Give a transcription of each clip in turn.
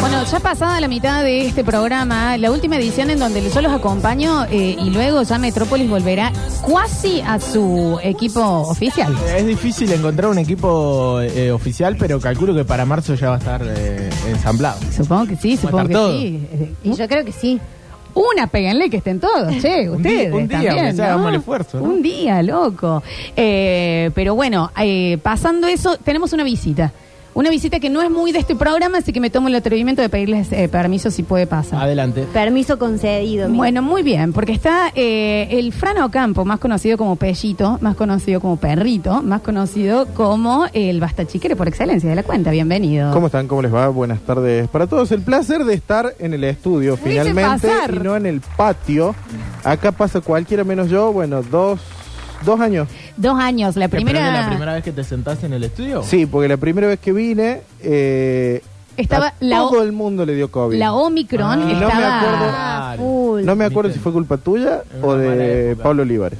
Bueno, ya pasada la mitad de este programa, la última edición en donde yo los acompaño eh, y luego ya Metrópolis volverá cuasi a su equipo oficial. Eh, Es difícil encontrar un equipo eh, oficial, pero calculo que para marzo ya va a estar eh, ensamblado. Supongo que sí, Va a supongo estar que todo. sí. Eh, Y yo creo que sí. Una, péganle que estén todos, che, Un día- ustedes. un día, también, aunque sea, ¿no? hagamos el esfuerzo, ¿no? Un día, loco. Eh, pero bueno, eh, pasando eso, tenemos una visita. Una visita que no es muy de este programa, así que me tomo el atrevimiento de pedirles eh, permiso si puede pasar. Adelante. Permiso concedido. mira. Bueno, muy bien, porque está eh, el Fran Ocampo, más conocido como Pellito, más conocido como Perrito, más conocido como el Bastachiquere por excelencia de la cuenta. Bienvenido. ¿Cómo están? ¿Cómo les va? Buenas tardes para todos. El placer de estar en el estudio Lo hice finalmente pasar. y no en el patio. Acá pasa cualquiera menos yo. Bueno, dos, dos años. Dos años, la ¿Pero primera. es la primera vez que te sentaste en el estudio? Sí, porque la primera vez que vine, eh, Estaba a la todo O- el mundo le dio COVID. La Omicron Ah, no me estaba. acuerdo. Ah, Claro. full. no me acuerdo Viste. si fue culpa tuya Es o una mala de época. Pablo Olivares.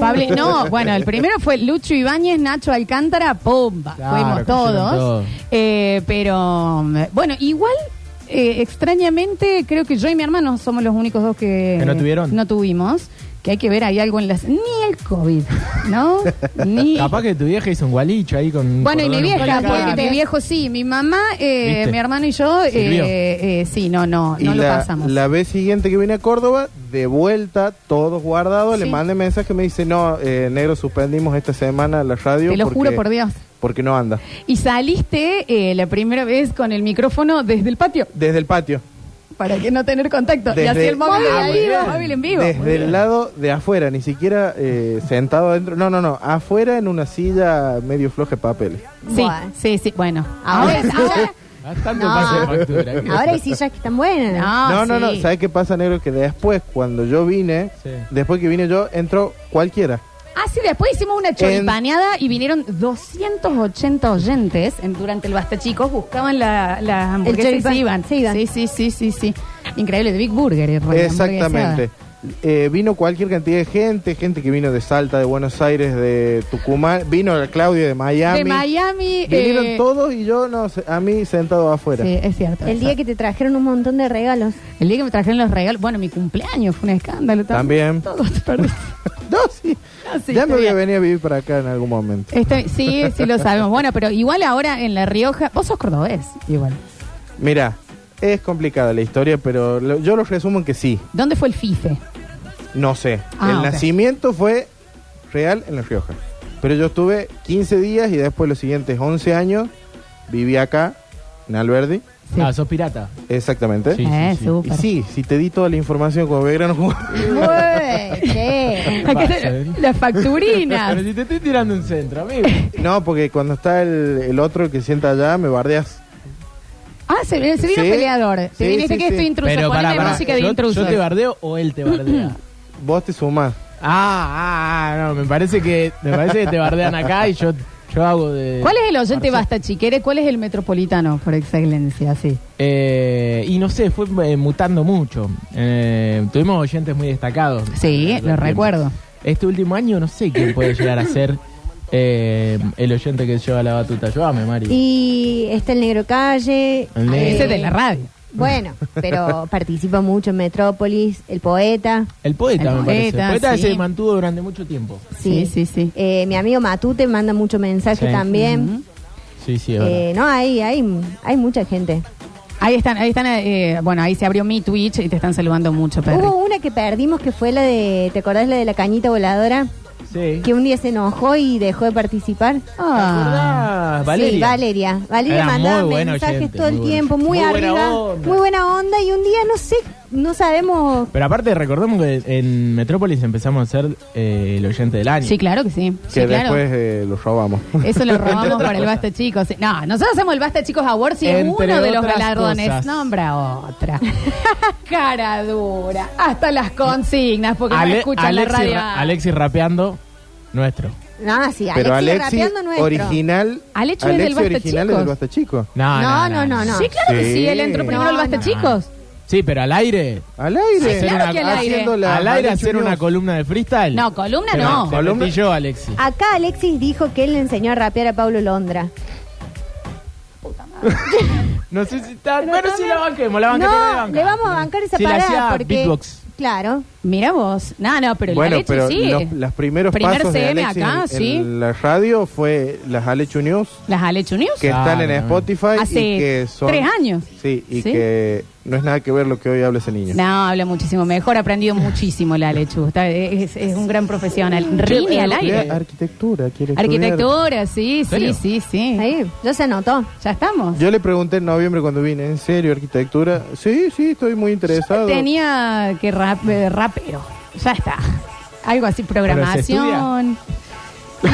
Pablo- no, bueno, el primero fue Lucho Ibáñez, Nacho Alcántara, ¡pumba! Claro, Fuimos que fueron todos. todos. Eh, pero, mm, bueno, igual, eh, extrañamente, creo que yo y mi hermano somos los únicos dos que, ¿Que no tuvieron? No tuvimos. Que hay que ver, hay algo en las. Ni el COVID, ¿no? Ni. Capaz que tu vieja hizo un gualicho ahí con... Bueno, y con mi un vieja, gualicho. porque mi viejo sí, mi mamá, eh, ¿Viste? mi hermano y yo, eh, Sirvió. eh, sí, no, no, y no lo la, pasamos. la vez siguiente que vine a Córdoba, de vuelta, todos guardados, le Sí. mandé mensaje, me dice, no, eh, negro, suspendimos esta semana la radio. Te lo porque- juro por Dios. Porque no anda. Y saliste eh, la primera vez con el micrófono desde el patio Desde el patio. para que no tener contacto. y Desde- así el móvil, Ah, ahí, muy bien. el móvil en vivo. Desde el lado de afuera, ni siquiera eh, sentado adentro. No, no, no. Afuera en una silla medio floja de papel. Sí, Bueno. sí, sí. Bueno, Ahora, ahora ahora, Bastante No. pase de factura. ahora hay sillas que están buenas. No, no, no, no. Ah, sí. ¿Sabes qué pasa, negro? Que después, cuando yo vine, Sí. después que vine yo, entró cualquiera. Ah, sí, después hicimos una choripaneada y vinieron 280 oyentes en- durante el Basta Chicos, buscaban la, las hamburguesas y choripán. se iban. Se iban. Sí, sí, sí, sí, sí. Increíble, de Big Burger. eh, Exactamente. hamburgueseada. Eh, vino cualquier cantidad de gente, gente que vino de Salta, de Buenos Aires, de Tucumán, vino la Claudia de Miami. De Miami. Vinieron eh, todos y yo, no, sé, a mí sentado afuera. Sí, es cierto. El día que te trajeron un montón de regalos. El día que me trajeron los regalos, bueno, mi cumpleaños fue un escándalo También. Todo te perdiste. No, sí. No, sí, ya está me voy a bien. venir a vivir para acá en algún momento. Está- sí, sí lo sabemos. Bueno, pero igual ahora en La Rioja, vos sos cordobés, igual. Mira, es complicada la historia, pero lo- yo lo resumo en que sí. ¿Dónde fue el FIFE? No sé. Ah, el ok. nacimiento fue real en La Rioja. Pero yo estuve 15 días y después los siguientes 11 años viví acá, en Alberdi. Sí. Ah, sos pirata. Exactamente. Sí, eh, sí. Y súper. sí, si te di toda la información como Belgrano jugó. Ué, che. Acá Pasa, te- ¿eh? las facturinas. Pero si te estoy tirando un centro, amigo. No, porque cuando está el, el otro que sienta allá, me bardeas. Ah, se, se vino Sí. peleador. Te Sí, viniste sí, que sí. estoy intruso. Pero Poneme para, para. música de ¿Yo, intruso. ¿Yo te bardeo o él te bardea? Vos te sumás. Ah, ah, ah, no, me parece que me parece que te bardean acá y yo, yo hago eh, de... ¿Cuál es el oyente basta, chiquere? ¿Cuál es el metropolitano por excelencia? Sí. Eh, y no sé, fue eh, mutando mucho. Eh, tuvimos oyentes muy destacados. Sí, Eh, lo recuerdo. Este último año no sé quién puede llegar a ser eh, el oyente que lleva la batuta. Llévame, Mari. Y está el Negro Calle. El Negro. eh, Ese es de la radio. Bueno, pero participa mucho en Metrópolis, el poeta. El poeta, El me parece. poeta, El poeta sí. se mantuvo durante mucho tiempo. Sí, sí, sí. Eh, mi amigo Matute manda mucho mensaje Sí. también. Sí, sí, es verdad. Eh, no, hay, hay, hay mucha gente. Ahí están, ahí están, eh, bueno, ahí se abrió mi Twitch y te están saludando mucho, Perry. Uh, Hubo una que perdimos que fue la de, ¿te acordás la de la cañita voladora? Sí. Que un día se enojó y dejó de participar. Ah. Ah, Valeria. Sí, Valeria. Valeria Era mandaba muy buena mensajes oyente, todo el muy buena. tiempo, muy, Muy buena arriba, onda. muy buena onda y un día no sé, no sabemos. Pero aparte, recordemos que en Metrópolis empezamos a ser eh, el oyente del año. Sí, claro que sí. Sí, que claro. después eh, lo robamos. Eso lo robamos otras para el cosas. Basta Chicos. No, nosotros hacemos el Basta Chicos Awards y es Entre uno de los otras galardones. cosas. Nombra otra. Cara dura. Hasta las consignas, porque no Ale- escuchan la Alexis, radio. ra- Alexis rapeando, nuestro. Ah, sí, Pero Alexis, Alexis, rapeando nuestro. original. Alechu es del Basta original es del Chicos. Basta Chico. No, No, no, no, no. Sí, claro que sí. Sí. Él entró primero No, al Basta no. Chicos. Sí, pero al aire. Al aire. Sí, claro que al aire. Haciendo la- al aire Alechu hacer una News. columna de freestyle. No, columna Te no. Ah. met- te metí yo, Alexis. Acá Alexis dijo que él le enseñó a rapear a Pablo Londra. No sé si está. Bueno, si la banquemos, la banquemos. No, le vamos a bancar esa Si la parada hacía porque. beatbox. Claro. Mira vos. No, no, pero bueno, la leche pero sí. los, los primeros Primer pasos de CM Alexis acá, en, sí. en la radio fue las Alechu News, Las ha hecho News. que están en Claro. Spotify Hace y que son... tres años. Sí, y Sí. que no es nada que ver lo que hoy habla ese niño. No, habla muchísimo mejor, ha aprendido muchísimo la lechu. Está- es, es un gran profesional. Rinde al Estudia aire. Arquitectura, quiere estudiar. Arquitectura, sí, sí, serio? sí, sí. Ahí, ya se anotó. Ya estamos. Yo le pregunté en noviembre cuando vine, ¿en serio arquitectura? Sí, sí, estoy muy interesado. Tenía que rap, eh, rapero. Ya está. Algo así, programación. Y Sí,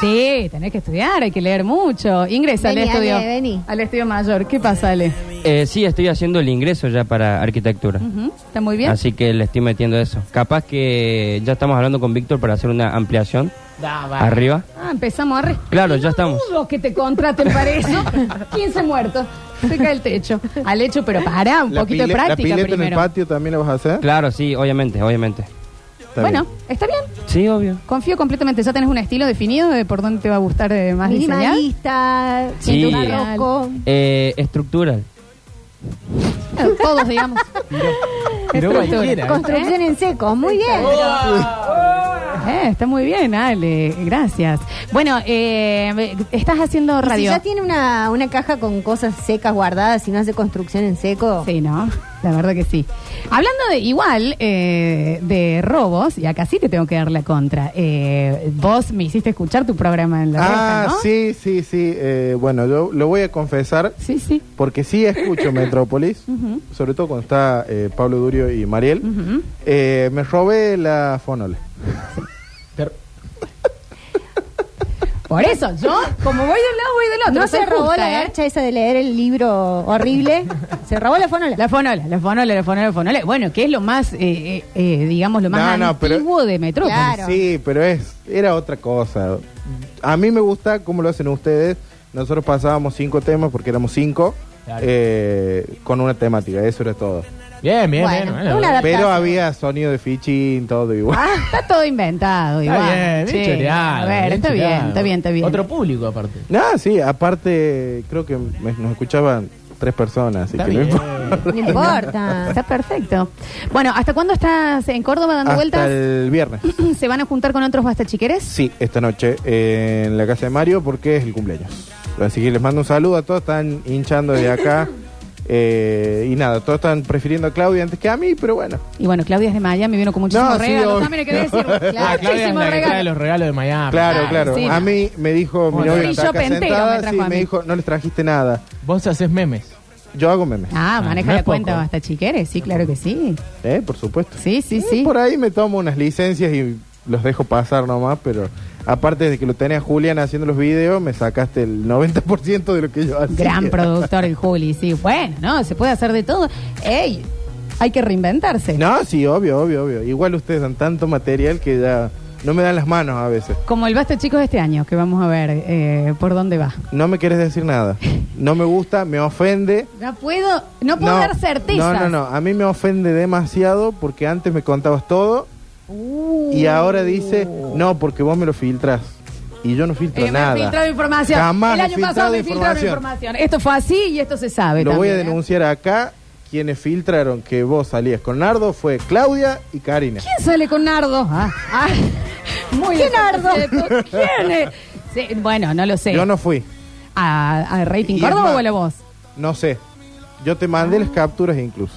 sí, tenés que estudiar, hay que leer mucho. Ingresa Vení, al estudio. Ale, vení. Al estudio mayor. ¿Qué pasa, Ale? Eh, sí, estoy haciendo el ingreso ya para arquitectura. Ujú, ¿Está muy Mm, bien? Así que le estoy metiendo eso. Capaz que ya estamos hablando con Víctor para hacer una ampliación arriba. Ah, empezamos a re- Claro, Y ya no estamos. dudo que te contraten para eso. 15 muertos. Se cae el techo. Al hecho, pero pará, un La poquito de pile- La práctica pileta primero. en el patio también la vas a hacer. Claro, sí, obviamente, obviamente. Está bueno, bien. está bien. Sí, obvio. Confío completamente. ¿Ya tenés un estilo definido de por dónde te va a gustar eh, más diseñar? Minimalista, Sí. barroco. Eh, estructural. Claro, Todos, digamos. Tiró Estructura. cualquiera, ¿eh? Construcción en seco, muy bien. Eh, está muy bien, Ale. Gracias. Bueno, eh, estás haciendo Y si radio. ya tiene una, una caja con cosas secas guardadas y no hace construcción en seco, Sí, ¿no? La verdad que sí. Hablando de igual, eh, de robos, y acá sí te tengo que dar la contra. Eh, vos me hiciste escuchar tu programa en la Ah, oreja, ¿no? sí, sí, sí. eh, bueno, yo lo voy a confesar Sí, sí. porque sí escucho Metrópolis, sobre todo cuando está eh, Pablo Durio y Mariel. Ujú. Eh, me robé la Fonole. Pero- Por eso, yo, como voy de un lado, voy del otro. no se Soy robó justa, la ¿eh? garcha esa de leer el libro horrible. se robó la fonola. La fonola, la fonola, la fonola, la fonola. Bueno, que es lo más, eh, eh, eh, digamos, lo más No, no, pero- antiguo de Metrópolis. Claro. Sí, pero es era otra cosa. A mí me gusta cómo lo hacen ustedes. Nosotros pasábamos cinco temas porque éramos cinco Claro. eh, con una temática, eso era todo. Bien, bien, Bueno, bien. bueno. una adaptación. Pero había sonido de fichín, todo igual. Ah, está todo inventado, Está igual. bien, bien Sí, choreado, A ver, está bien, choreado. está bien, está bien. Otro público, aparte. Nada, Ah, sí, aparte creo que me- nos escuchaban tres personas, así Está que no bien. Ah, importa. No importa. Está perfecto. Bueno, ¿hasta cuándo estás en Córdoba dando Hasta vueltas? el viernes. ¿Se van a juntar con otros bastachiqueres? Sí, esta noche eh, en la casa de Mario porque es el cumpleaños. Así que les mando un saludo a todos, están hinchando de acá. eh, y nada, todos están prefiriendo a Claudia antes que a mí, pero bueno. Y bueno, Claudia es de Miami, vino con muchísimos No, sí, regalos. obvio. También hay que decir, Ah, claro, Claudia es muchísimos la que trae regalos. los regalos de Miami. Claro, Ah, claro. sí, a no. mí me dijo mi Un novia que brillo está acá pentero me sentada, trajo sí, a me mí. dijo, no les trajiste nada. Vos haces memes. Yo hago memes, Ah, maneja no la es poco. cuenta bastachiqueres, sí, claro que sí. ¿eh? Por supuesto. Sí, sí, Eh, sí. Por ahí me tomo unas licencias y los dejo pasar nomás, pero aparte de que lo tenés a Julián haciendo los videos, me sacaste el 90% de lo que yo hacía. Gran productor el Juli, sí. Bueno, no, se puede hacer de todo. ¡Ey! Hay que reinventarse. No, sí, obvio, obvio, obvio. Igual ustedes dan tanto material que ya no me dan las manos a veces. Como el Basta Chicos de este año, que vamos a ver eh, por dónde va. No me quieres decir nada. No me gusta, me ofende. No puedo, no puedo dar certezas. No, no, no. A mí me ofende demasiado porque antes me contabas todo y Uh. ahora dice, no, porque vos me lo filtras. Y yo no filtro Eh, me nada. han filtrado información. Jamás el he año pasado filtrado me filtraron información. Esto fue así y esto se sabe. Lo voy a también, ¿eh? denunciar acá. Quienes filtraron que vos salías con Nardo fue Claudia y Karina. ¿Quién sale con Nardo? Ah, ah, muy ¿Quién Nardo? ¿Quién es? Sí, bueno, no lo sé. Yo no fui. ¿A, a Rating Y es Córdoba más- o a la voz? No sé. Yo te mandé las capturas incluso.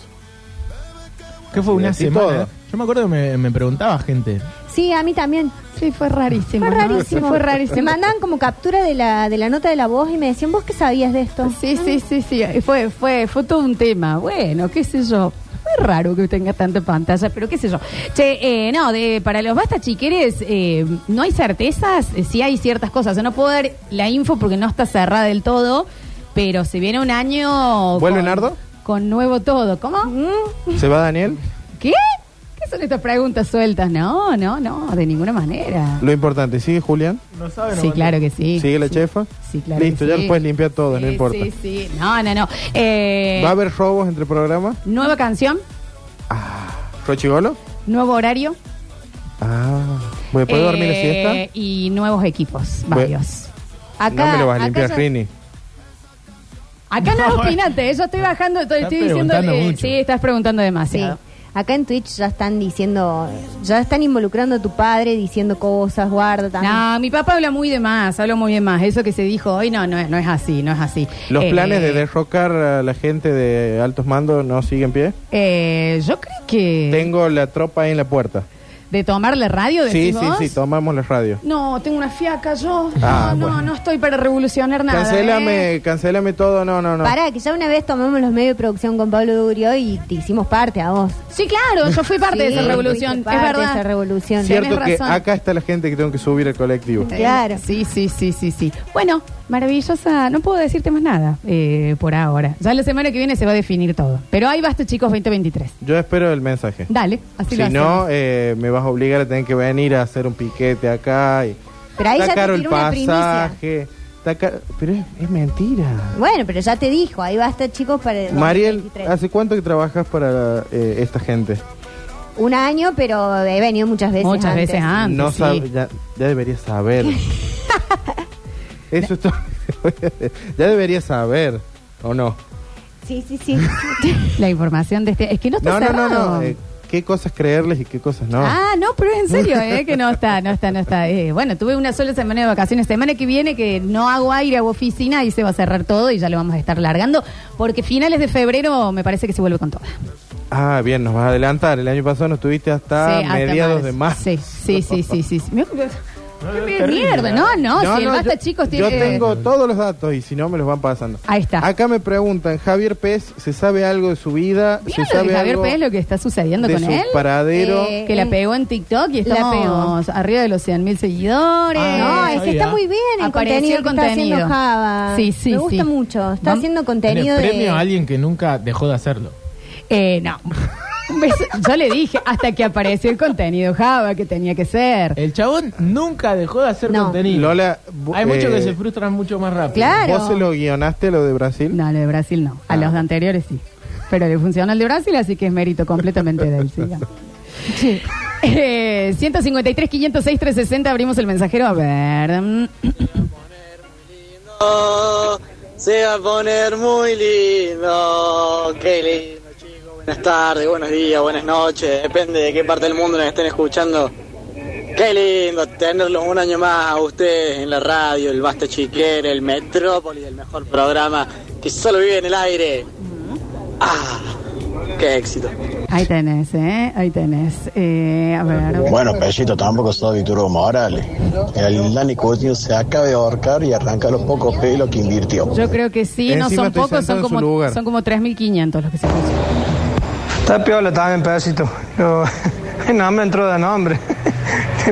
¿Qué fue? Sí, Una sí, semana. ¿eh? todo. Yo me acuerdo que me, me preguntaba gente. Sí, a mí también. Sí, fue rarísimo. Fue ¿no? rarísimo. Fue rarísimo. Me mandaban como captura de la, de la nota de la voz y me decían, ¿vos qué sabías de esto? Sí, sí, sí, sí. Fue, fue, fue todo un tema. Bueno, qué sé yo. Es raro que tenga tanta pantalla, pero qué sé yo. Che, eh, no, de, para los basta chiqueres, eh, no hay certezas, eh, sí hay ciertas cosas. Yo no puedo dar la info porque no está cerrada del todo, pero se viene un año. ¿Vuelve con- Nardo? Con nuevo todo. ¿Cómo? ¿Se va Daniel? ¿Qué? ¿Qué son estas preguntas sueltas? No, no, no, de ninguna manera. Lo importante, ¿sigue Julián? No saben. Sí, claro que sí. ¿Sigue la Sí. chefa? Sí, claro. Listo, que ya sí. lo puedes limpiar todo, no Sí, importa. Sí, sí. No, no, no. Eh, ¿Va a haber robos entre programas? Nueva canción, ¿Rochigolo? nuevo horario. Ah, ¿me puedo dormir la eh, siesta? Y nuevos equipos, Bueno. varios. Acá, no me lo vas a acá limpiar, ya- Rini. Acá no, opinate, eh, yo estoy bajando, estoy, Estás estoy diciendo. preguntando eh, mucho. sí, estás preguntando Sí. demasiado. Acá en Twitch ya están diciendo, ya están involucrando a tu padre diciendo cosas, guarda también. No, mi papá habla muy de más, habla muy de más. Eso que se dijo hoy no, no, es- no es así, no es así. ¿Los Eh, planes de derrocar a la gente de altos mandos no siguen pie? eh, yo creo que. Tengo la tropa ahí en la puerta. ¿De tomar la radio? Sí, decís sí, vos? sí, tomamos la radio. No, tengo una fiaca yo. Ah, no, no, bueno. no estoy para revolucionar nada. Cancélame, ¿eh? cancélame todo, no, no, no. Pará, que ya una vez tomamos los medios de producción con Pablo Durio y te hicimos parte a vos. Sí, claro, yo fui parte de Sí, esa revolución. fuiste Es parte de verdad. esa revolución. Sí. Cierto tenés que razón. acá está la gente que tengo que subir al colectivo. Eh, Claro. Sí, sí, sí, sí, sí. Bueno, maravillosa. No puedo decirte más nada eh, por ahora. Ya la semana que viene se va a definir todo. Pero ahí basta, chicos, 2023. Yo espero el mensaje. Dale, así lo si hacemos. no, eh, me vas a obligar a tener que venir a hacer un piquete acá. Y Pero ahí está ya caro te el tiró una primicia. pasaje. está ca- Pero es, es mentira. Bueno, pero ya te dijo, ahí basta chicos para el Mariel, 2023. ¿hace cuánto que trabajas para eh, esta gente? Un año, pero he venido muchas veces Muchas antes. veces ah. antes. no sí. sabe- ya, ya debería saber. Eso es todo. ya debería saber, ¿o no? Sí, sí, sí. La información de este. Es que no está No, no, no, cerrado. no. eh, ¿Qué cosas creerles y qué cosas no? Ah, no, pero es en serio, ¿eh? que no está, no está, no está. Eh, bueno, tuve una sola semana de vacaciones. Semana que viene que no hago aire, hago oficina y se va a cerrar todo y ya lo vamos a estar largando. Porque finales de febrero me parece que se vuelve con toda. Ah, bien, nos vas a adelantar. El año pasado no estuviste hasta Sí, hasta mediados de marzo. Sí, sí, sí, sí. sí, sí. Mira, qué mierda, no, no, si el Basta yo, Chicos yo tiene... tengo todos los datos y si no me los van pasando. Ahí está. Acá me preguntan, Javier Pérez, ¿se sabe algo de su vida? ¿Vieron ¿Se lo de sabe Javier algo Pérez lo que está sucediendo de con su él? paradero? Eh, Que la pegó en TikTok y La estamos arriba de los 100 mil seguidores. Ah, No, Eh, es que sabía. está muy bien el Apareció contenido, el que contenido. está haciendo Java. Sí, sí, Me gusta sí. mucho. Está Vam- haciendo Tenés contenido de... premio a alguien que nunca dejó de hacerlo. Eh, no. Un beso- Yo le dije hasta que apareció el contenido Java que tenía que ser. El chabón nunca dejó de hacer No. contenido. Ah. Lola, bu- Hay muchos eh, que se frustran mucho más rápido. Claro. ¿Vos se lo guionaste lo de Brasil? No, lo de Brasil no. Ah. A los de anteriores sí. Pero le funcionó el de Brasil, así que es mérito completamente de él. siga. Eh, 153, 506, 360. Abrimos el mensajero. A ver. mm, Oh, se va a poner muy lindo. Qué lindo, chicos. Buenas tardes, buenos días, buenas noches. Depende de qué parte del mundo nos estén escuchando. Qué lindo tenerlos un año más a ustedes en la radio, el Basta Chiquera, el Metrópolis, el mejor programa que solo vive en el aire. ¡Ah! ¡Qué éxito! Ahí tenés, ¿eh? Ahí tenés. Eh, a ver. Bueno, Pellito, tampoco soy Vituro Morales. El Dani Coutinho se acaba de ahorcar y arranca los pocos pelos que invirtió. Yo creo que sí, no Encima son estoy pocos, sentado son en su como, lugar. son como 3.500 los que se pusieron. Está piola también, pedacito. Yo, no me entró de nombre.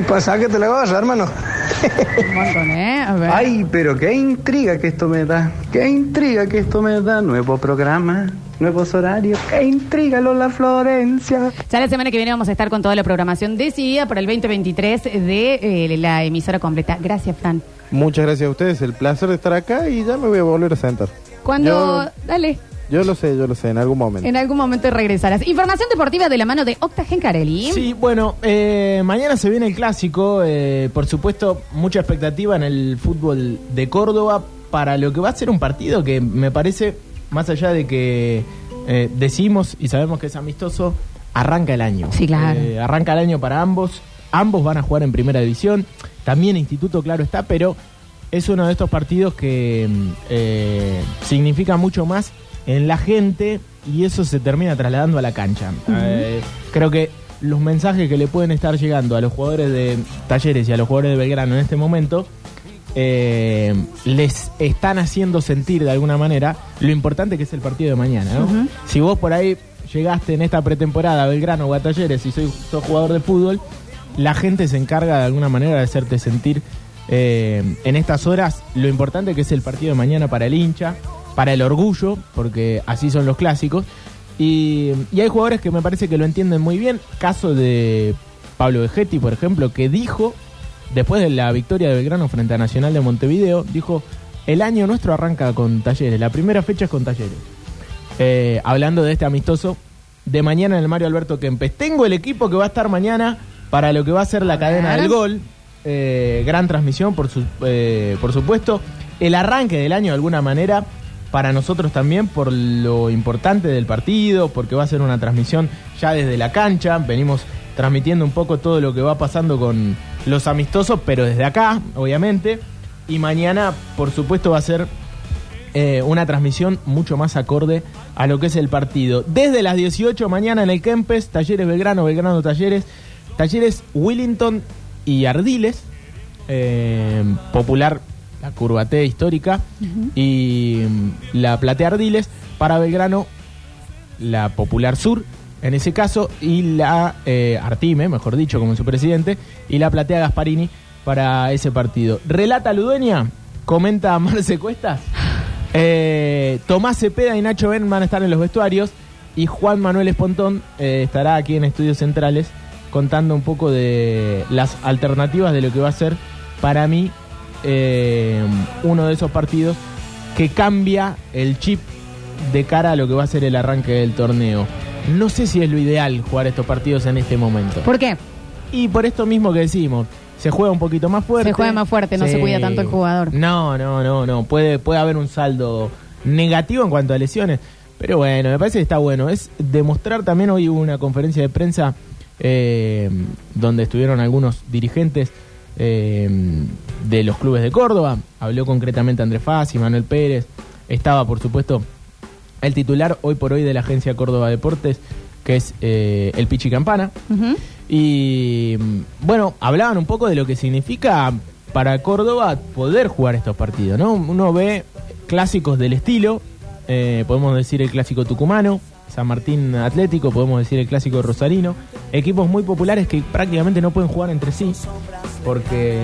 Pasa que te la vas, hermano. Un montón, ¿eh? A ver. Ay, pero qué intriga que esto me da. Qué intriga que esto me da. Nuevo programa, nuevos horarios. Qué intriga, Lola Florencia. Ya la semana que viene vamos a estar con toda la programación decidida para el 2023 de eh, la emisora completa. Gracias, Fran. Muchas gracias a ustedes, el placer de estar acá y ya me voy a volver a sentar. Cuando, Yo- dale, Yo lo sé, yo lo sé, en algún momento. en algún momento regresarás. Información deportiva de la mano de Octa Gencarelli. Sí, bueno, eh, mañana se viene el clásico. eh, por supuesto, mucha expectativa en el fútbol de Córdoba para lo que va a ser un partido que me parece, más allá de que eh, decimos y sabemos que es amistoso, arranca el año. Sí, claro. Eh, arranca el año para ambos. Ambos van a jugar en primera división. También Instituto, claro está, pero es uno de estos partidos que mm, eh, significa mucho más en la gente y eso se termina trasladando a la cancha. Eh, creo que los mensajes que le pueden estar llegando a los jugadores de Talleres y a los jugadores de Belgrano en este momento eh, les están haciendo sentir de alguna manera lo importante que es el partido de mañana. ¿no? Ujú. Si vos por ahí llegaste en esta pretemporada a Belgrano o a Talleres y soy, sos jugador de fútbol, la gente se encarga de alguna manera de hacerte sentir eh, en estas horas lo importante que es el partido de mañana para el hincha, para el orgullo, porque así son los clásicos. Y, y hay jugadores que me parece que lo entienden muy bien. Caso de Pablo Vegetti, por ejemplo, que dijo después de la victoria de Belgrano frente a Nacional de Montevideo, dijo, el año nuestro arranca con Talleres, la primera fecha es con Talleres. Eh, hablando de este amistoso, de mañana en el Mario Alberto Kempes. Tengo el equipo que va a estar mañana para lo que va a ser la cadena del gol. Eh, gran transmisión, por, su- eh, por supuesto. El arranque del año, de alguna manera, para nosotros también por lo importante del partido, porque va a ser una transmisión ya desde la cancha. Venimos transmitiendo un poco todo lo que va pasando con los amistosos, pero desde acá, obviamente. Y mañana, por supuesto, va a ser eh, una transmisión mucho más acorde a lo que es el partido. Desde las 18 mañana en el Kempes, Talleres Belgrano, Belgrano Talleres, Talleres Willington y Ardiles, eh, popular la curva T histórica y mm, la Platea Ardiles, para Belgrano la Popular Sur, en ese caso, y la eh, Artime, mejor dicho, como su presidente, y la Platea Gasparini para ese partido. Relata Ludueña, comenta Marce Cuestas, eh, Tomás Cepeda y Nacho Ben van a estar en los vestuarios, y Juan Manuel Espontón eh, estará aquí en Estudios Centrales contando un poco de las alternativas de lo que va a ser, para mí, eh, uno de esos partidos que cambia el chip de cara a lo que va a ser el arranque del torneo. No sé si es lo ideal jugar estos partidos en este momento. ¿Por qué? Y por esto mismo que decimos, se juega un poquito más fuerte. Se juega más fuerte, no se cuida tanto el jugador. No, no, no, no. Puede, puede haber un saldo negativo en cuanto a lesiones. Pero bueno, me parece que está bueno. Es demostrar también, hoy hubo una conferencia de prensa eh, donde estuvieron algunos dirigentes eh, de los clubes de Córdoba. Habló concretamente Andrés Faz y Manuel Pérez. Estaba, por supuesto, el titular hoy por hoy de la agencia Córdoba Deportes, que es eh, el Pichi Campana. Ujú. Y mm, bueno, hablaban un poco de lo que significa para Córdoba poder jugar estos partidos, ¿no? Uno ve clásicos del estilo, eh, podemos decir el clásico tucumano, San Martín Atlético, podemos decir el clásico rosarino, equipos muy populares que prácticamente no pueden jugar entre sí porque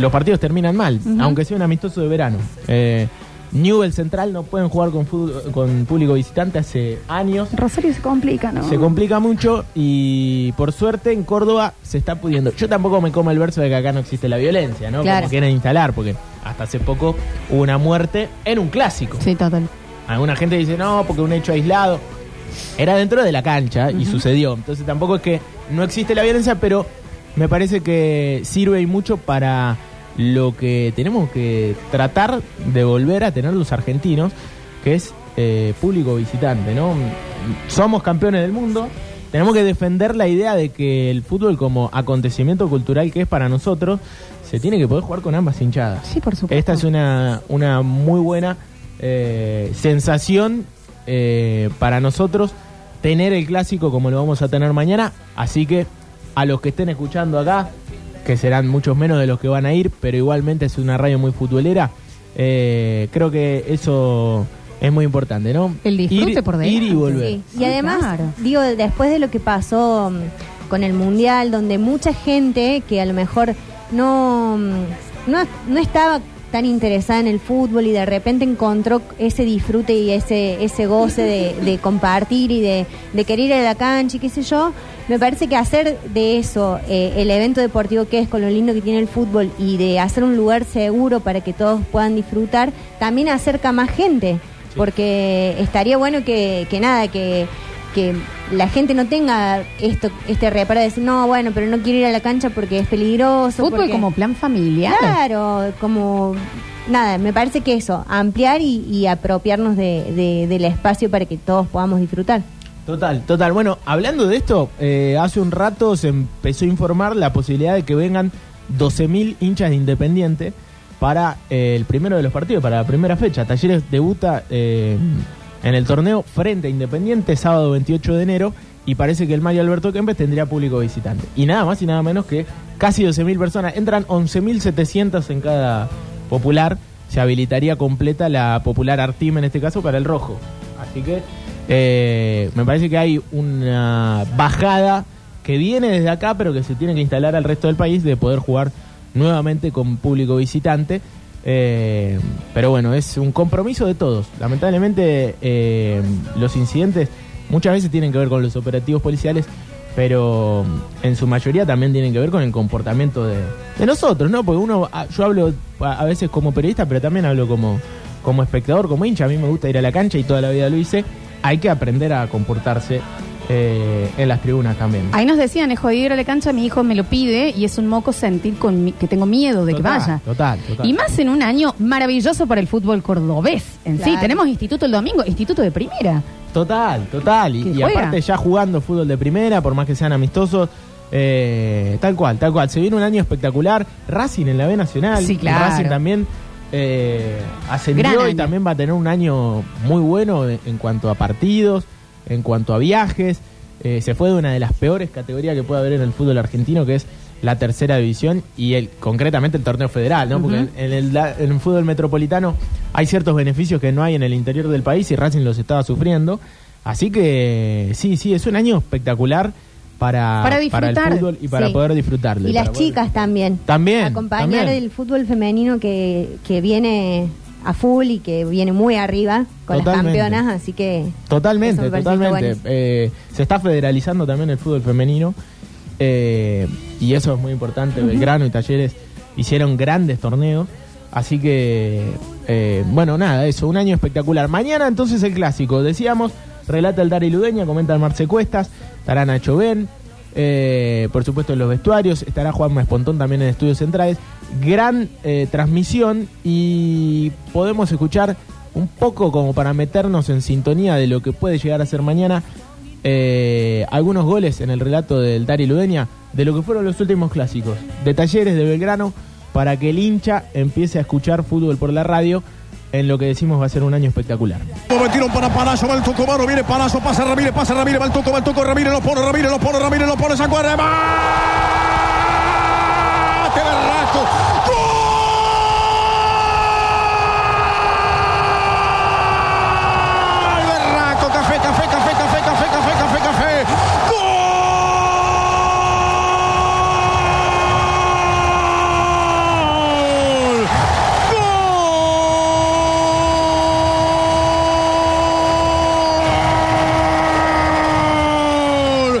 los partidos terminan mal, aunque sea un amistoso de verano. Eh, Newell Central no pueden jugar con, fútbol- con público visitante hace años. Rosario se complica, ¿no? Se complica mucho y por suerte en Córdoba se está pudiendo. Yo tampoco me como el verso de que acá no existe la violencia, ¿no? Claro. Como quieren instalar, porque hasta hace poco hubo una muerte en un clásico. Sí, total. Alguna gente dice, no, porque un hecho aislado. Era dentro de la cancha y sucedió. Entonces tampoco es que no existe la violencia, pero me parece que sirve y mucho para lo que tenemos que tratar de volver a tener los argentinos, que es eh, público visitante, ¿no? Somos campeones del mundo, tenemos que defender la idea de que el fútbol como acontecimiento cultural que es para nosotros, se tiene que poder jugar con ambas hinchadas. Sí, por supuesto. Esta es una, una muy buena eh, sensación eh, para nosotros tener el clásico como lo vamos a tener mañana. Así que a los que estén escuchando acá, que serán muchos menos de los que van a ir, pero igualmente es una radio muy futbolera, eh, creo que eso es muy importante, ¿no? El disfrute Ir- por delante, Ir y volver. Sí, Y Sí, además, claro. digo, después de lo que pasó mm, con el Mundial, donde mucha gente que a lo mejor no, mm, no, no estaba tan interesada en el fútbol y de repente encontró ese disfrute y ese, ese goce de, de compartir y de, de querer ir a la cancha y qué sé yo, me parece que hacer de eso eh, el evento deportivo que es, con lo lindo que tiene el fútbol y de hacer un lugar seguro para que todos puedan disfrutar, también acerca más gente porque estaría bueno que, que nada, que, que la gente no tenga esto, este reparo de decir, no, bueno, pero no quiero ir a la cancha porque es peligroso. Fútbol porque-". como plan familiar. Claro, como... Nada, me parece que eso, ampliar y, y apropiarnos de- de- del espacio para que todos podamos disfrutar. Total, total. Bueno, hablando de esto, eh, hace un rato se empezó a informar la posibilidad de que vengan 12.000 hinchas de Independiente para eh, el primero de los partidos, para la primera fecha. Talleres debuta eh, en el torneo frente a Independiente sábado 28 de enero y parece que el Mario Alberto Kempes tendría público visitante. Y nada más y nada menos que casi 12.000 personas. Entran 11.700 en cada popular. Se habilitaría completa la popular Artim en este caso para el rojo. Así que eh, me parece que hay una bajada que viene desde acá, pero que se tiene que instalar al resto del país de poder jugar nuevamente con público visitante. Eh, pero bueno, es un compromiso de todos. Lamentablemente eh, los incidentes muchas veces tienen que ver con los operativos policiales, pero mm, en su mayoría también tienen que ver con el comportamiento de, de nosotros, ¿no? Porque uno, a- yo hablo a a veces como periodista, pero también hablo como, como espectador, como hincha. A mí me gusta ir a la cancha y toda la vida lo hice. Hay que aprender a comportarse eh, en las tribunas también. Ahí nos decían, es jodido ir a la cancha, mi hijo me lo pide y es un moco sentir con mi- que tengo miedo de Total, que vaya. total, total. Y más en un año maravilloso para el fútbol cordobés. En sí, Claro. tenemos instituto el domingo, instituto de primera. Total, total. Que Y, y juega. aparte ya jugando fútbol de primera, por más que sean amistosos, eh, tal cual, tal cual. Se viene un año espectacular. Racing en la B Nacional. Sí, claro. Racing también eh, Gran ascendió año. y también va a tener un año muy bueno en, en cuanto a partidos, en cuanto a viajes. Eh, se fue de una de las peores categorías que puede haber en el fútbol argentino, que es la tercera división y el, concretamente el torneo federal, ¿no? Porque Ujú. en el, la- en el fútbol metropolitano hay ciertos beneficios que no hay en el interior del país y Racing los estaba sufriendo. Así que sí, sí, es un año espectacular Ah, para, Para disfrutar. el fútbol y para Sí. poder disfrutarlo. Y para las poder- chicas también. También, Acompañar también. el fútbol femenino que, que viene a full y que viene muy arriba con Totalmente. las campeonas, así que... eso Totalmente, me parece totalmente. bueno. Eh, se está federalizando también el fútbol femenino eh, y eso es muy importante. Belgrano y Talleres hicieron grandes torneos, así que, eh, bueno, nada, eso, un año espectacular. Mañana entonces el clásico, decíamos, relata el Dari Ludeña, comenta el Marce Cuestas, estará Nacho Ben, eh, por supuesto en los vestuarios, estará Juan Espontón también en Estudios Centrales. Gran eh, transmisión y podemos escuchar un poco como para meternos en sintonía de lo que puede llegar a ser mañana eh, algunos goles en el relato del Dari Ludeña de lo que fueron los últimos clásicos, de talleres de Belgrano, para que el hincha empiece a escuchar fútbol por la radio en lo que decimos va a ser un año espectacular. Metieron para Palacio, va el Tuco Maro, viene Palacio, pasa Ramírez, pasa Ramírez, va el Tuco, va el Tuco, Ramírez, lo pone, Ramírez, lo pone, Ramírez, lo pone, sacó a remate de Raco. ¡Gol de Raco! Café, café, café, café, café, café, café, café. ¡Gol! ¡Gol! ¡De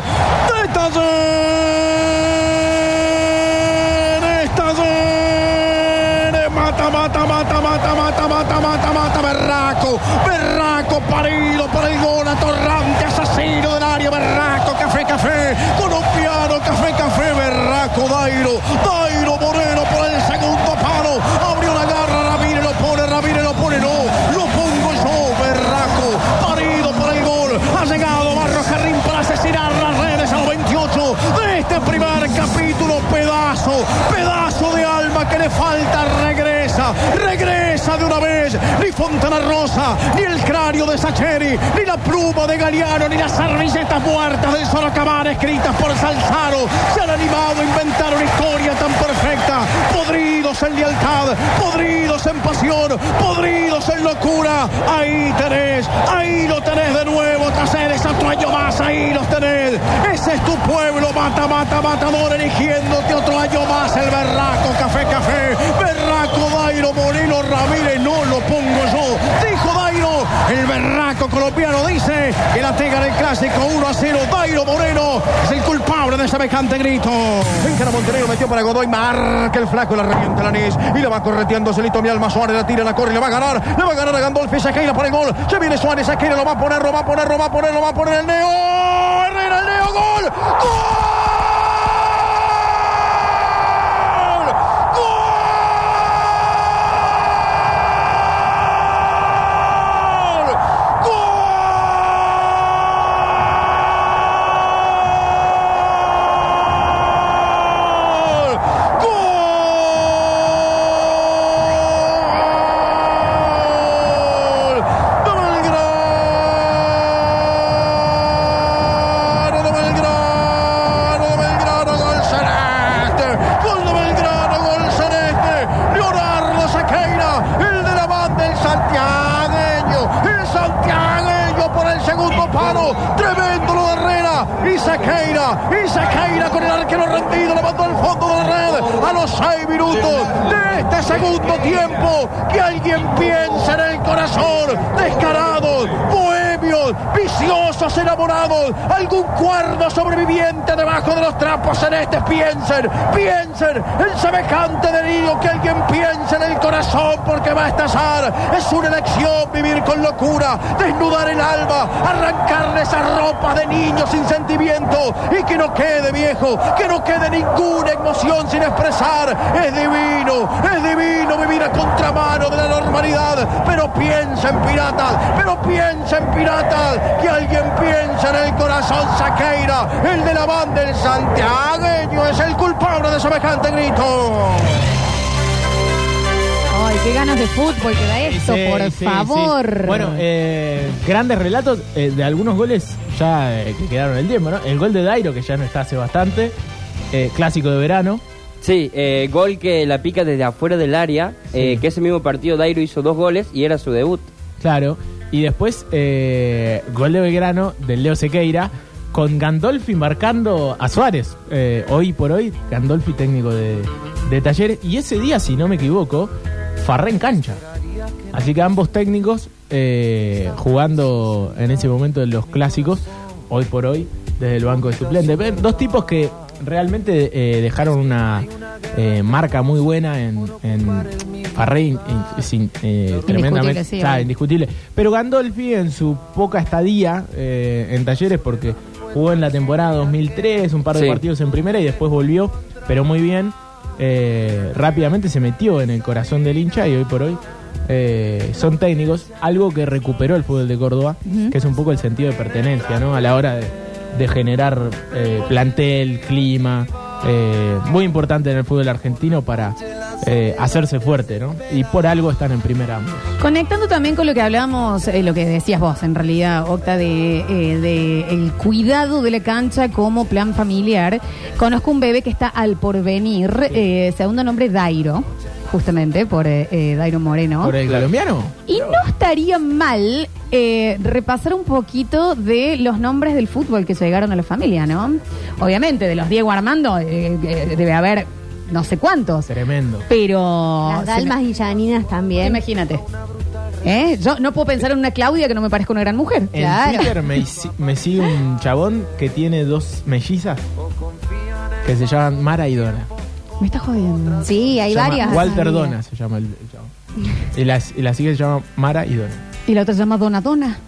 Talleres! ¡Talleres! ¡Mata, mata, mata, mata, mata, mata, mata, mata! ¡Berraco! ¡Berraco parido por el gol atorrante, asesino del área! ¡Berraco! ¡Café, café! ¡Colombiano! ¡Café, café! ¡Berraco! ¡Dairo! ¡Dairo Moreno por el segundo palo! ¡Abrió la garra! ¡Ramírez lo pone! ¡Ramírez lo pone! ¡No! ¡Lo pongo yo! ¡Berraco! ¡Parido por el gol! ¡Ha llegado Barro Carrín para asesinar las redes al 28 de este primer capítulo. Pedazo, pedazo de alma que le falta. Regresa, regresa de una vez. Ni Fontana Rosa, ni el cráneo de Sacheri, ni la pluma de Galeano, ni las servilletas muertas del Sorocabán escritas por Salzaro se han animado a inventar una historia tan perfecta. Podridos en lealtad, podridos en pasión, podridos en locura. Ahí tenés, ahí lo tenés de nuevo, Taceres, otro año más, ahí los tenés. Ese es tu pueblo, mata, mata, matador, eligiéndote otro año más. El berraco, café, café, berraco, Dairo, Moreno, Ramírez, no lo pongo yo. Dijo Dairo, el berraco colombiano dice que la tega del clásico 1 a 0. Dairo Moreno es el culpable de semejante grito. Venga Montenegro metió para Godoy, marca el flaco, la revienta la Nis y la va correteando Celito mi alma Suárez, la tira, la corre, la va a ganar, la va a ganar a Gandolfi, Sequeira para el gol. Se viene Suárez, Sequeira lo va a poner, lo va a poner, lo va a poner, lo va a poner el Neo. Herrera, el Neo, gol, gol, gol, gol. ¡Gol! ¡Gol! ¡De Belgrano! ¡De Belgrano! ¡De Belgrano! ¡Gol celeste! ¡Gol de Belgrano! ¡Gol celeste! ¡Leonardo Sequeira! ¡El de la banda! ¡El santiagueño! ¡El santiagueño por el segundo palo! ¡Tremendo lo de Herrera! ¡Y Sequeira! ¡Y Sequeira con el arquero rendido! ¡La mandó al fondo de la red! ¡A los seis minutos de este segundo tiempo! ¡Que alguien piense en el corazón! ¡Descarados! ¡Bohemios! viciosos enamorados, algún cuerno sobreviviente debajo de los trapos celestes. Piensen, piensen, el semejante delirio que alguien piensa en el corazón porque va a estallar. Es una elección vivir con locura, desnudar el alma, arrancarle esas ropas de niño sin sentimiento y que no quede viejo, que no quede ninguna emoción sin expresar. Es divino, es divino vivir a contramano de la normalidad, pero piensen piratas, pero piensen piratas, que alguien piensa en el corazón Saqueira, el de la banda, el santiagueño es el culpable de semejante grito. Ay, qué ganas de fútbol que da esto, Sí, por sí, sí. favor. Bueno, eh, grandes relatos eh, de algunos goles ya eh, que quedaron en el tiempo, ¿no? El gol de Dairo, que ya no está hace bastante, eh, clásico de verano. Sí, eh, gol que la pica desde afuera del área, eh, que ese mismo partido Dairo hizo dos goles y era su debut. Claro. Y después, eh, gol de Belgrano del Leo Sequeira con Gandolfi marcando a Suárez. Eh, hoy por hoy, Gandolfi técnico de, de Talleres. Y ese día, si no me equivoco, Farré en cancha. Así que ambos técnicos eh, jugando en ese momento de los clásicos, hoy por hoy, desde el banco de suplentes. Ven, Dos tipos que realmente eh, dejaron una eh, marca muy buena en, en Farré, in- in- sin- eh, tremendamente. sí, Claro, obvio. indiscutible. Pero Gandolfi en su poca estadía eh, en talleres, porque jugó en la temporada 2003, un par de Sí. partidos en primera y después volvió, pero muy bien. eh, rápidamente se metió en el corazón del hincha y hoy por hoy eh, son técnicos, algo que recuperó el fútbol de Córdoba, que es un poco el sentido de pertenencia, ¿no? A la hora de, de generar eh, plantel, clima, eh, muy importante en el fútbol argentino para eh, hacerse fuerte, ¿no? Y por algo están en primera ambos. Conectando también con lo que hablábamos, eh, lo que decías vos en realidad, Octa, de, eh, de el cuidado de la cancha como plan familiar. Conozco un bebé que está al porvenir, eh, segundo nombre Dairo, justamente por eh, eh, Dairo Moreno. ¿Por el colombiano? Y no estaría mal eh, repasar un poquito de los nombres del fútbol que llegaron a la familia, ¿no? Obviamente, de los Diego Armando eh, eh, debe haber no sé cuántos, Tremendo. pero... Las se me- dalmas y llaninas también. Imagínate. ¿Eh? Yo no puedo pensar en una Claudia que no me parezca una gran mujer. En Twitter me, hici- me sigue un chabón que tiene dos mellizas que se llaman Mara y Dona. Me está jodiendo. Sí, hay Se llama varias. Walter familias. Dona se llama el, el chabón. Y la, y la sigue se llama Mara y Dona. Y la otra se llama Dona Dona.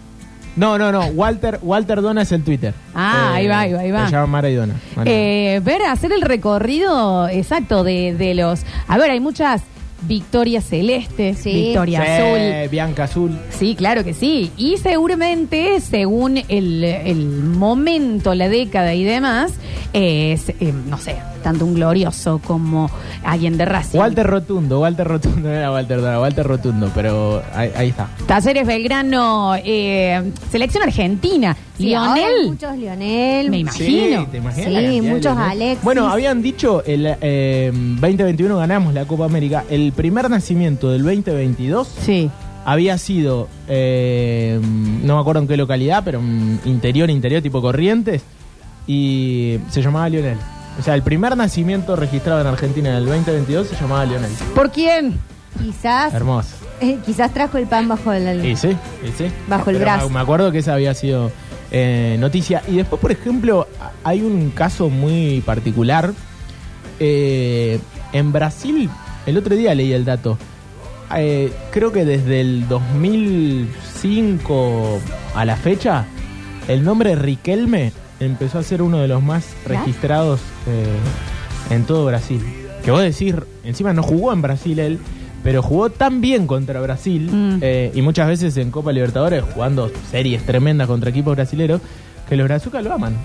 No, no, no. Walter, Walter Dona es el Twitter. Eh, Ah, ahí va, ahí va, ahí va. Se llama Mara y Dona. Mara. Eh, ver, hacer el recorrido exacto de, de los. A ver, hay muchas. Victoria Celeste, Sí. Victoria Sí, Azul. Bianca Azul. Sí, claro que sí. Y seguramente, según el, el momento, la década y demás, es, eh, no sé, tanto un glorioso como alguien de Racing. Walter Rotundo, Walter Rotundo, no era Walter Dona, Walter Rotundo, pero ahí, ahí está. Talleres Belgrano, eh, selección argentina, Sí, ahora hay Lionel. Muchos Lionel. Me imagino. Sí, ¿te imaginas Sí, la cantidad de muchos los- Alexis. Bueno, habían dicho, el eh, 2021 ganamos la Copa América. El primer nacimiento del 2022 Sí. había sido, eh, no me acuerdo en qué localidad, pero mm, interior, interior, tipo Corrientes, y se llamaba Lionel. O sea, el primer nacimiento registrado en Argentina en el 2022 se llamaba Lionel. ¿Por quién? Quizás, Hermoso. eh, quizás trajo el pan bajo el... Y sí, y sí. Bajo el Pero brazo. Me me acuerdo que esa había sido eh, noticia. Y después, por ejemplo, a- hay un caso muy particular. Eh, en Brasil, el otro día leí el dato. Eh, creo que desde el 2005 a la fecha, el nombre Riquelme empezó a ser uno de los más registrados eh, en todo Brasil. Que vos decís, encima no jugó en Brasil él, pero jugó tan bien contra Brasil Mm. eh, y muchas veces en Copa Libertadores jugando series tremendas contra equipos brasileros que los brazucas lo aman.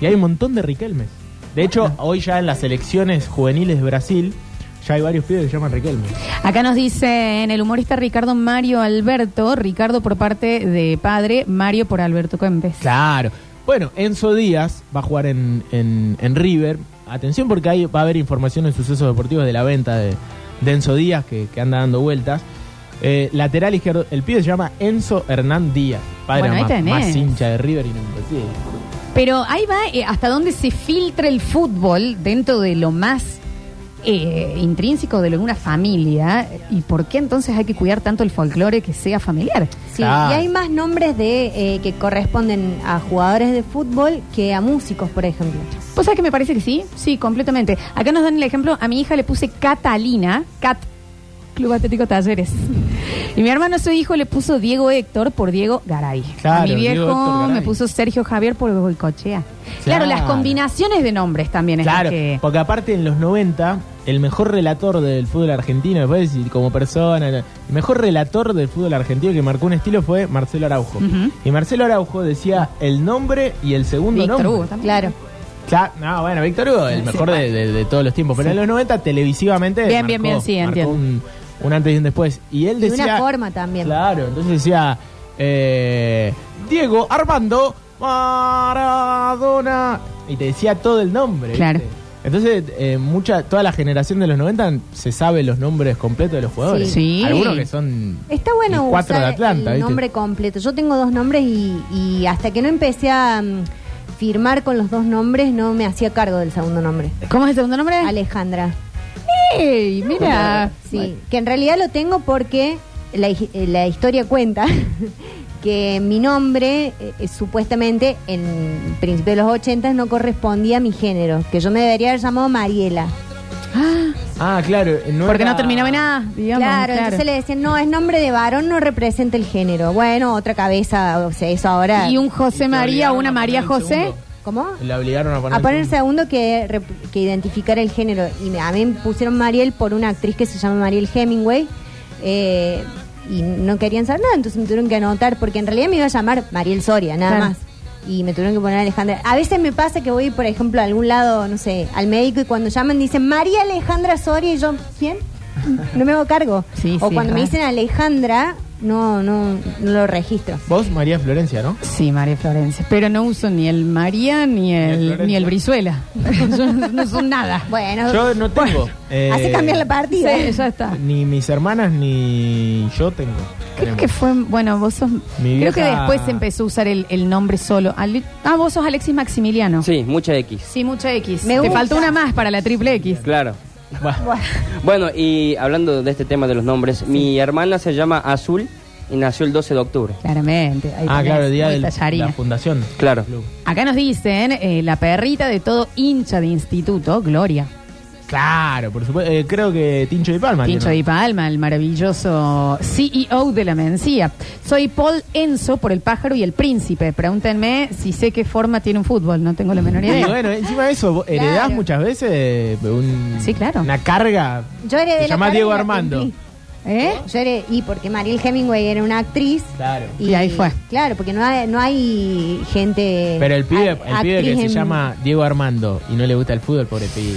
Y hay un montón de Riquelmes. De hecho, hoy ya en las selecciones juveniles de Brasil ya hay varios pibes que se llaman Riquelme. Acá nos dicen el humorista Ricardo Mario Alberto, Ricardo por parte de padre, Mario por Alberto Kempes. Claro. Bueno, Enzo Díaz va a jugar en, en- en River. Atención porque ahí va a haber información en sucesos deportivos de la venta de, de Enzo Díaz que, que anda dando vueltas. Eh, lateral izquierdo, el pibe se llama Enzo Hernán Díaz. Padre Bueno, ahí más- tenés. más, hincha de River y no imposible. Pero ahí va eh, hasta dónde se filtra el fútbol dentro de lo más eh, intrínseco de una familia. ¿Y por qué entonces hay que cuidar tanto el folclore que sea familiar? Sí, Ah. y hay más nombres de eh, que corresponden a jugadores de fútbol que a músicos, por ejemplo. Pues sabés que me parece que sí, sí, completamente. Acá nos dan el ejemplo, a mi hija le puse Catalina, Cat, Club Atlético Talleres. Y mi hermano, su hijo, le puso Diego Héctor por Diego Garay. a Claro, mi Diego Héctor viejo Garay. me puso Sergio Javier por Goicochea. Claro. Claro. las combinaciones de nombres también es Claro, lo que... porque aparte en los 90, el mejor relator del fútbol argentino, después decir como persona, el mejor relator del fútbol argentino que marcó un estilo fue Marcelo Araujo. Ujú. Y Marcelo Araujo decía el nombre y el segundo Víctor Hugo nombre. también. Claro. Claro, no, bueno, Víctor Hugo, el Sí, mejor sí. de, de- de todos los tiempos. Pero en los 90, televisivamente. Bien, bien, bien, sí, marcó entiendo. Un, un antes y un después. Y él De decía. una forma también. Claro, entonces decía. eh, Diego Armando Maradona. Y te decía todo el nombre. Claro. ¿viste? Entonces, eh, mucha, toda la generación de los 90 se sabe los nombres completos de los jugadores. Sí. Algunos que son. Está bueno el cuatro usar de Atlanta, el ¿viste? nombre completo. Yo tengo dos nombres y, y hasta que no empecé a mm, firmar con los dos nombres no me hacía cargo del segundo nombre. ¿Cómo es el segundo nombre? Alejandra. ¡Ey! Mira. Sí, que en realidad lo tengo porque la, hi- eh, la historia cuenta que mi nombre eh, eh, supuestamente en principio de los 80 no correspondía a mi género, que yo me debería haber llamado Mariela. Ah, claro. Porque no era- terminaba en A, digamos. claro, entonces le decían, no, es nombre de varón, no representa el género. Bueno, otra cabeza, o sea, eso ahora... Y un José Y te María o obligaron una a María poner el José. segundo. ¿Cómo? La obligaron a poner. A el poner el segundo. segundo que, rep- que identificar el género. Y me- a mí me pusieron Mariel por una actriz que se llama Mariel Hemingway. eh, y no querían saber nada, entonces me tuvieron que anotar, porque en realidad me iba a llamar Mariel Soria, nada Claro. más. Y me tuvieron que poner Alejandra. A veces me pasa que voy, por ejemplo, a algún lado, no sé, al médico y cuando llaman dicen María Alejandra Soria y yo, ¿quién? No me hago cargo. Sí, o sí, cuando me raro. dicen Alejandra, no, no, no lo registro. Vos, María Florencia, ¿no? Sí, María Florencia. Pero no uso ni el María ni el, Florencia. ni el Brizuela. Yo no son nada. Ah, Bueno, Yo no tengo. eh, hace cambiar la Sí, partida. ya está. Ni mis hermanas ni yo tengo. Creo Tenemos. que fue, bueno, vos sos. Mi creo que vieja- después se empezó a usar el, el nombre solo. Ale- ah, vos sos Alexis Maximiliano. Sí, mucha X. Sí, mucha X. Me Te gusta. faltó una más para la triple X. Claro. Bah, Bueno, y hablando de este tema de los nombres, mi hermana se llama Azul y nació el 12 de octubre. Claramente. ahí Ah, tenés, claro, el día muy de tallarina. la fundación. Claro. Club. Acá nos dicen eh, la perrita de todo hincha de instituto, Gloria. Claro, por supuesto. Eh, creo que Tincho y Palma. Pincho tiene. Di Palma, el maravilloso CEO de la Mencía. Soy Paul Enzo por el pájaro y el príncipe. Pregúntenme si sé qué forma tiene un fútbol, no tengo la menor Y idea. bueno, encima de eso, vos heredás Claro. muchas veces un- Sí, claro. una carga. Yo heredé Te la llamás carga Diego y la Armando. cumplí. ¿Eh? Yo heredé- y porque Mariel Hemingway era una actriz. Claro. Y ahí fue. Claro, porque no hay, no hay gente. Pero el pibe, act- el pibe que actriz se en- llama Diego Armando y no le gusta el fútbol, pobre pibe.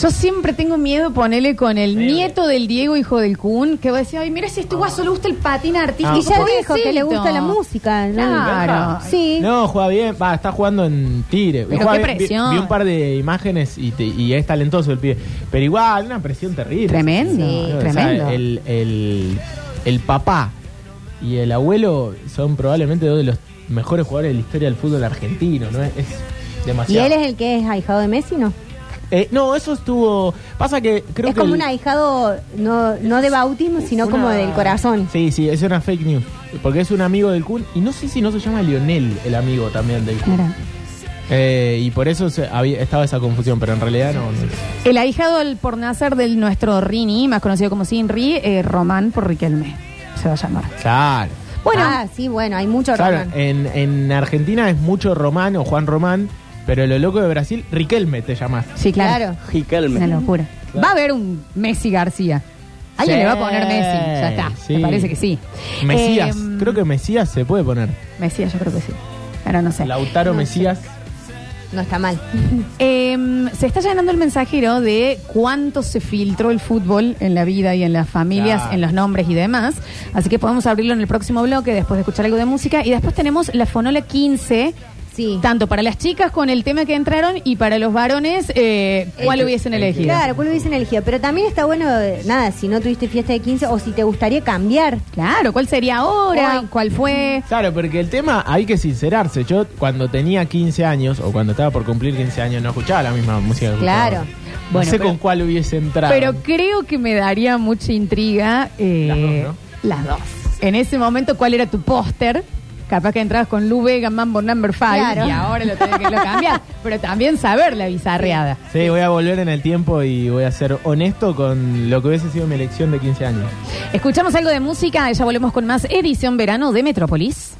Yo siempre tengo miedo ponerle con el nieto del Diego, hijo del Kun, que va a decir, ay, mira si este guaso le gusta el patín artístico. Ah. Y ya dijo pobrecito". que le gusta la música. ¿no? Claro. Sí. No, juega bien, va, está jugando en Tigre. Pero Juega qué bien, vi- presión. Vi, un par de imágenes y, te- y es talentoso el pibe. Pero igual, una presión terrible. Tremendo, Sí. O sea, tremendo. el, el- el papá y el abuelo son probablemente dos de los mejores jugadores de la historia del fútbol argentino, ¿no? Es, es Y demasiado. él es el que es ahijado de Messi, ¿no? Eh, no, eso estuvo... Pasa que creo es que... como el- un ahijado no, no de bautismo, sino una- como del corazón. Sí, sí, es una fake news. Porque es un amigo del Kun y no sé si no se llama Lionel, el amigo también del Kun. Mira. Eh, y por eso se- había, estaba esa confusión, pero en realidad no. no. El ahijado al- por nacer del nuestro Rini, más conocido como Sinri, eh, Román por Riquelme, se va a llamar. Claro. Bueno, Ah, sí, bueno, hay mucho Claro, Román. en, en Argentina es mucho Román o Juan Román, pero lo loco de Brasil, Riquelme te llamas. sí, claro. claro. Jicalme. Una locura. Va a haber un Messi García. Alguien Sí, le va a poner Messi, ya está. sí. Me parece que sí. Mesías, Eh, creo que Mesías se puede poner. Mesías, yo creo que sí. Ahora no sé. Lautaro Mesías. No está mal. Eh, se está llenando el mensajero de cuánto se filtró el fútbol en la vida y en las familias, Claro. en los nombres y demás. Así que podemos abrirlo en el próximo bloque después de escuchar algo de música. Y después tenemos la Fonola 15. Sí. Tanto para las chicas con el tema que entraron y para los varones, eh, ¿cuál hubiesen elegido? Claro, ¿cuál lo hubiesen elegido? Pero también está bueno, eh, nada, si no tuviste fiesta de 15 o si te gustaría cambiar. Claro, ¿cuál sería ahora? Hoy. ¿Cuál fue? Claro, porque el tema hay que sincerarse. Yo cuando tenía 15 años o cuando estaba por cumplir 15 años no escuchaba la misma música. que escuchaba Claro. ahora. Bueno, no sé pero- con cuál hubiese entrado. Pero creo que me daría mucha intriga. eh, Las dos, las dos. En ese momento, ¿cuál era tu póster? Capaz que entrabas con Lou Vega, Mambo Number 5 Claro. y ahora lo tenés que lo cambiar. Pero también saber la bizarreada. Sí, voy a volver en el tiempo y voy a ser honesto con lo que hubiese sido mi elección de 15 años. Escuchamos algo de música, ya volvemos con más edición verano de Metrópolis.